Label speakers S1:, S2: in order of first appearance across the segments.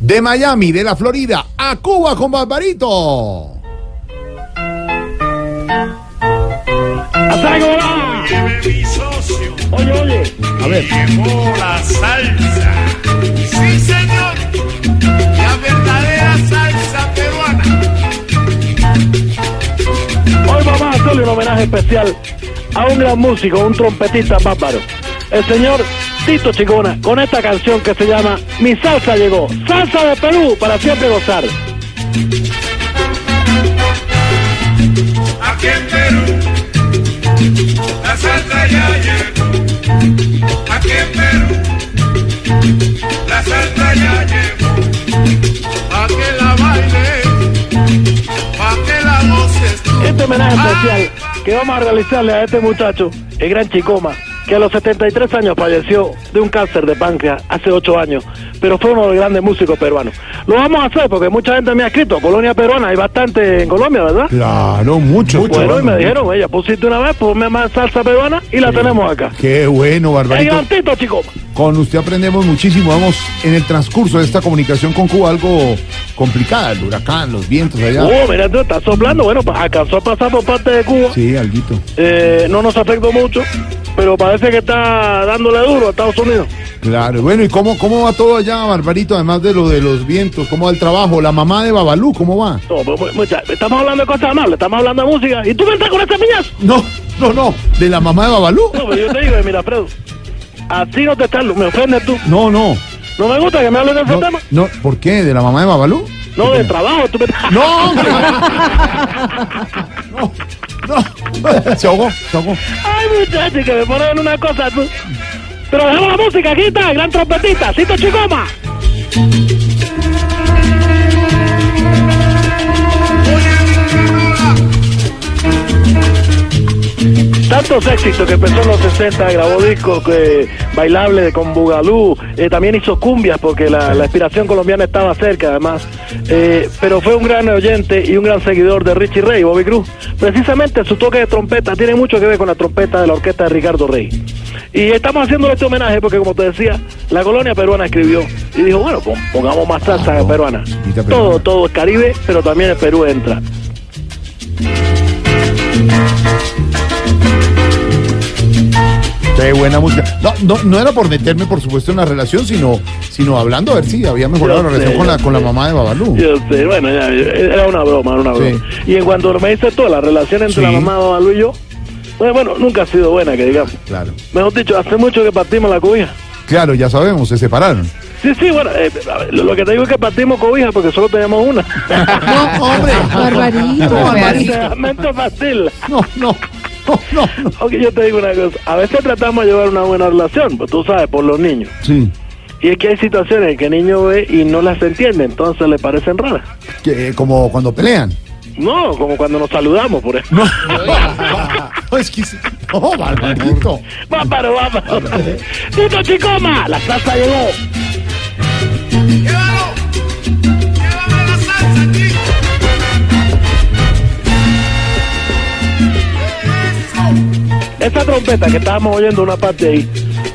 S1: de Miami, de la Florida, a Cuba con Barbarito.
S2: mi socio. Oye, oye.
S1: A ver.
S2: Llevó la salsa. Sí, señor. La verdadera salsa peruana.
S3: Hoy vamos a hacerle un homenaje especial a un gran músico, un trompetista bárbaro, el señor Tito Chicona, con esta canción que se llama Mi salsa llegó, salsa de Perú para siempre gozar.
S2: Aquí en Perú. La salsa ya llegó. Aquí en Perú. La salsa ya llegó. Pa' que la bailes. Pa' que la goces tú.
S3: Este homenaje especial que vamos a realizarle a este muchacho, el gran Chicoma, que a los 73 años falleció de un cáncer de páncreas hace 8 años, pero fue uno de los grandes músicos peruanos. Lo vamos a hacer porque mucha gente me ha escrito, Colonia Peruana, hay bastante en Colombia, ¿verdad?
S1: Claro, mucho. mucho
S3: Bueno, y me dijeron, ella pusiste una vez, ponme más salsa peruana y la tenemos acá.
S1: Qué bueno,
S3: El
S1: Barbarito.
S3: gran Tito Chicoma.
S1: Con usted aprendemos muchísimo. Vamos en el transcurso de esta comunicación con Cuba algo complicada, el huracán, los vientos allá.
S3: Oh, mira, tú estás soplando. Bueno, pues pa- alcanzó a pasar por parte de Cuba.
S1: Sí, alguito.
S3: Eh, no nos afectó mucho, pero parece que está dándole duro a Estados Unidos.
S1: Claro. Bueno, ¿y cómo, cómo va todo allá, Barbarito? Además de lo de los vientos, ¿cómo va el trabajo? La mamá de Babalú, ¿cómo va?
S3: No, pues, mu- mucha- estamos hablando de cosas amables, estamos hablando de música. ¿Y tú me entras con este piñazo?
S1: No, no, no. ¿De la mamá de Babalú?
S3: No, pero yo te digo, eh, mira, Fredo, así no te estás, me ofendes tú.
S1: No, no.
S3: No me gusta que me hablen de ese
S1: No,
S3: tema.
S1: no, ¿Por qué? ¿De la mamá de Babalú?
S3: No, de trabajo, tú me
S1: ¡No, hombre! No, no. Se ahogó, se ahogó.
S3: Ay, muchachos, que me ponen una cosa tú. Pero dejemos la música, aquí está, el gran trompetista, Cito Chicoma. Tantos éxitos que empezó en los 60, grabó discos eh, bailables con Bugalú, eh, también hizo cumbias porque la, la inspiración colombiana estaba cerca además, Eh, pero fue un gran oyente y un gran seguidor de Richie Rey, Bobby Cruz. Precisamente su toque de trompeta tiene mucho que ver con la trompeta de la orquesta de Ricardo Rey. Y estamos haciendo este homenaje porque como te decía, la colonia peruana escribió y dijo, bueno, pon- pongamos más salsa
S1: Claro,
S3: peruana.
S1: salsita peruana.
S3: Todo, todo el Caribe, pero también el Perú entra.
S1: Qué buena música. No, no, no era por meterme, por supuesto, en la relación, sino, sino hablando a ver si había mejorado
S3: Yo
S1: la relación
S3: sé,
S1: con
S3: yo
S1: la, con la
S3: sé.
S1: mamá de Babalú.
S3: Yo sé, bueno, ya, era una broma, era una
S1: Sí.
S3: broma. Y en cuanto me dices tú, la relación entre
S1: Sí.
S3: la mamá de Babalú y yo, pues, bueno, nunca ha sido buena, que digamos.
S1: Claro.
S3: Mejor dicho, hace mucho que partimos la cobija.
S1: Claro, ya sabemos, se separaron.
S3: Sí, sí, bueno, eh, a ver, lo lo que te digo es que partimos cobija porque solo tenemos una.
S1: No, hombre.
S4: Barbarito,
S1: Barbarito.
S3: Realmente fácil.
S1: No, no, no, no, no.
S3: Ok, yo te digo una cosa. A veces tratamos de llevar una buena relación, pues tú sabes, por los niños.
S1: Sí.
S3: Y es que hay situaciones que el niño ve y no las entiende, entonces le parecen raras.
S1: Que, eh, como cuando pelean.
S3: No, como cuando nos saludamos, por ejemplo.
S1: No. No, es que sí. No, Barbarito.
S3: Bárbaro, bárbaro. Tito Chicoma, la salsa llegó.
S2: Llévalo. Llévame la salsa, chico. Eso.
S3: Esa trompeta que estábamos oyendo una parte ahí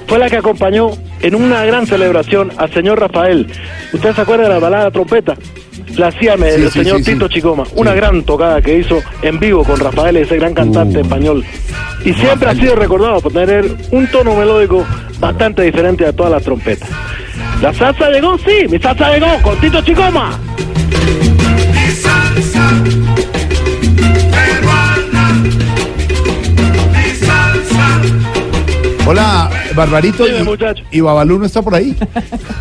S3: fue la que acompañó en una gran celebración al señor Rafael. ¿Usted se acuerda de la balada trompeta? La hacía me-
S1: Sí,
S3: el
S1: sí,
S3: señor
S1: sí, sí.
S3: Tito Chicoma, una
S1: Sí.
S3: gran tocada que hizo en vivo con Rafael, ese gran cantante
S1: Uh.
S3: español. Y siempre ha sido recordado por tener un tono melódico bastante diferente a todas las trompetas. La salsa llegó, sí, mi salsa llegó con Tito Chicoma.
S2: Mi salsa peruana, mi salsa,
S1: Hola, Barbarito.
S3: Dime,
S1: y-
S3: muchacho.
S1: y Babalú no está por ahí.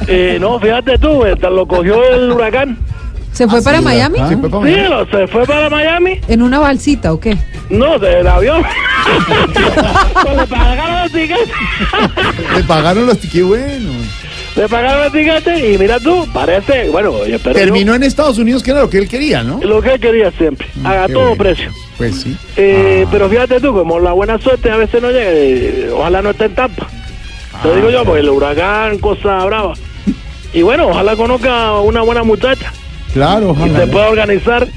S3: Eh, no, fíjate tú, eh, lo cogió el huracán.
S4: ¿Se fue para Miami?
S1: Ah, Sí, fue para
S3: Sí,
S1: Miami.
S3: lo- se fue para Miami.
S4: ¿En una balsita o qué?
S3: No, del avión. Pues le pagaron los tickets.
S1: Le pagaron los tickets, bueno.
S3: Le pagaron los tickets y mira tú, parece, bueno, yo espero
S1: Terminó en Estados Unidos, que era lo que él quería, ¿no?
S3: yo- lo que él quería siempre, a
S1: Qué
S3: todo
S1: bueno.
S3: precio.
S1: Pues sí.
S3: Eh,
S1: Ah,
S3: Pero fíjate tú, como la buena suerte a veces no llega, eh, ojalá no esté en Tampa. Te
S1: Ah,
S3: digo yo,
S1: sí.
S3: porque el huracán, cosa brava. Y bueno, ojalá conozca a una buena muchacha
S1: Ah, Claro,
S3: y
S1: ojalá.
S3: se pueda organizar.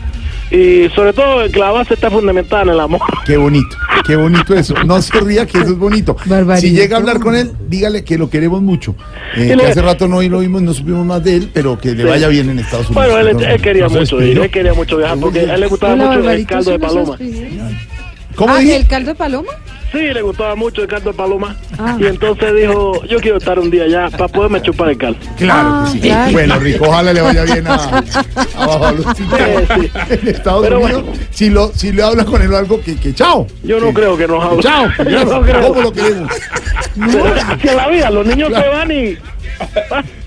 S3: y sobre todo que la base está fundamentada en el amor.
S1: Qué bonito, qué bonito eso. No se ría que eso es bonito.
S4: Barbaridad.
S1: Si llega a hablar con él, dígale que lo queremos mucho. Eh,
S3: Y le-
S1: que hace rato no lo vimos, no supimos más de él, pero que le
S3: Sí.
S1: vaya bien en Estados Unidos.
S3: Bueno, él,
S1: Perdón.
S3: él quería
S5: ¿No se
S3: mucho,
S5: despidió?
S3: él quería mucho viajar porque a él le gustaba
S4: Hola,
S3: mucho el
S4: Barbarito,
S3: caldo de
S4: ¿sí nos has
S3: paloma.
S4: pedido?
S1: ¿Cómo
S4: Ah,
S1: dije?
S4: ¿el caldo de paloma?
S3: Sí, le gustaba mucho el caldo de paloma.
S4: Ah.
S3: Y entonces dijo, yo quiero estar un día allá para poderme chupar el caldo.
S1: Claro
S4: Ah,
S1: que sí.
S4: claro.
S1: Bueno, Rico, ojalá le vaya bien a, a Bajo
S3: Sí, sí.
S1: En Estados
S3: Pero
S1: Unidos,
S3: bueno.
S1: si, lo, si le hablas con él o algo, que, que chao.
S3: Yo no creo que nos hable.
S1: Chao,
S3: Yo
S1: gracias.
S3: no creo.
S1: ¿Cómo lo queremos?
S3: Pero así es la vida, los niños se van y...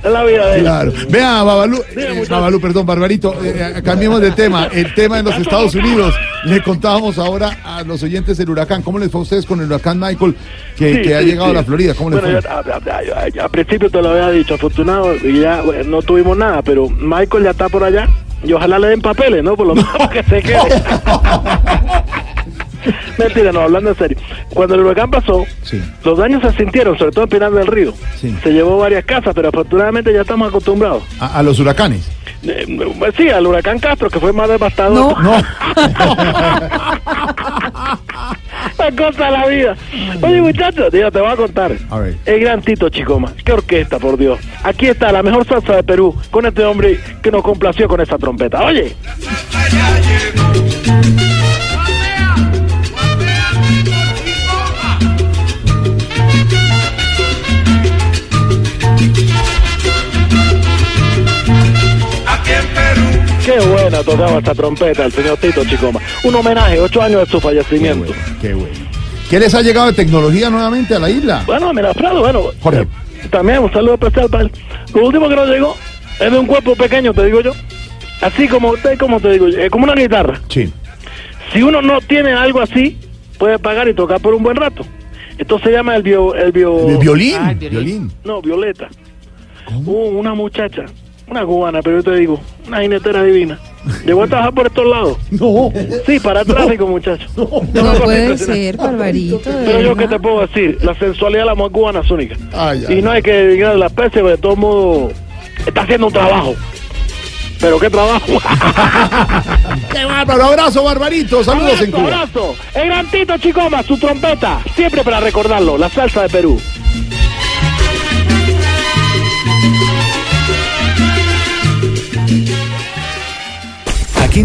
S3: Es la vida de ellos.
S1: Claro. Vea, Babalú, eh,
S3: muchachos.
S1: Babalú, perdón, Barbarito, eh, eh, cambiemos de tema. El tema en los Estados Unidos. Le contábamos ahora a los oyentes del huracán. ¿Cómo les fue a ustedes con el huracán Michael que,
S3: Sí,
S1: que ha
S3: sí,
S1: llegado
S3: sí.
S1: a la Florida? ¿Cómo les
S3: Bueno, ah,
S1: fue?
S3: yo- a, a- a- a principio te lo había dicho, afortunado, y ya bueno, no tuvimos nada, pero Michael ya está por allá y ojalá le den papeles, ¿no? Por lo menos que se quede. Mentira, no, hablando en serio. Cuando el huracán pasó,
S1: Sí.
S3: los daños se sintieron, sobre todo en Pinar del Río.
S1: Sí.
S3: Se llevó varias casas, pero afortunadamente ya estamos acostumbrados.
S1: A, a los huracanes.
S3: Eh, eh, sí, al huracán Castro, que fue más devastador.
S4: No.
S1: No.
S3: La cosa de la vida. Oye, muchachos, digo, te voy a contar.
S1: A ver.
S3: El gran Tito Chicoma. Qué orquesta, por Dios. Aquí está la mejor salsa de Perú con este hombre que nos complació con esa trompeta. Oye.
S2: ya llegó. Guapea, guapea, Tito Chicoma. Aquí en Perú.
S3: Qué buena tocaba esta trompeta el señor Tito Chicoma. Un homenaje, ocho años de su
S1: Qué
S3: fallecimiento.
S1: bueno, qué bueno. ¿Qué les ha llegado de tecnología nuevamente a la isla?
S3: Bueno, mira, Prado, bueno.
S1: Jorge.
S3: eh, también un saludo especial para él. Lo último que nos llegó es de un cuerpo pequeño, te digo yo. Así como usted, como te digo yo, eh, como una guitarra.
S1: Sí.
S3: Si uno no tiene algo así, puede pagar y tocar por un buen rato. Esto se llama el bio... El bio
S1: El violín.
S6: Ah, el
S1: violín.
S6: violín.
S3: No, Violeta. Uh, una muchacha, una cubana, pero yo te digo, una jinetera divina. Llegó a trabajar por estos lados.
S1: No.
S3: Sí, para tráfico, muchacho.
S4: No
S3: no,
S4: puede
S3: no,
S4: ser, Barbarito. de
S3: Pero yo qué
S4: verdad.
S3: te puedo decir, la sensualidad de la mujer cubana es única.
S1: Ay, ay,
S3: y no hay que dedicar la especie, pero de todo modo está haciendo un trabajo. Pero qué trabajo.
S1: Qué bárbaro. Abrazo, Barbarito. Saludos en
S3: abrazo,
S1: Cuba.
S3: abrazo. El gran Tito Chicoma, su trompeta, siempre para recordarlo, la salsa de Perú.
S7: Aquí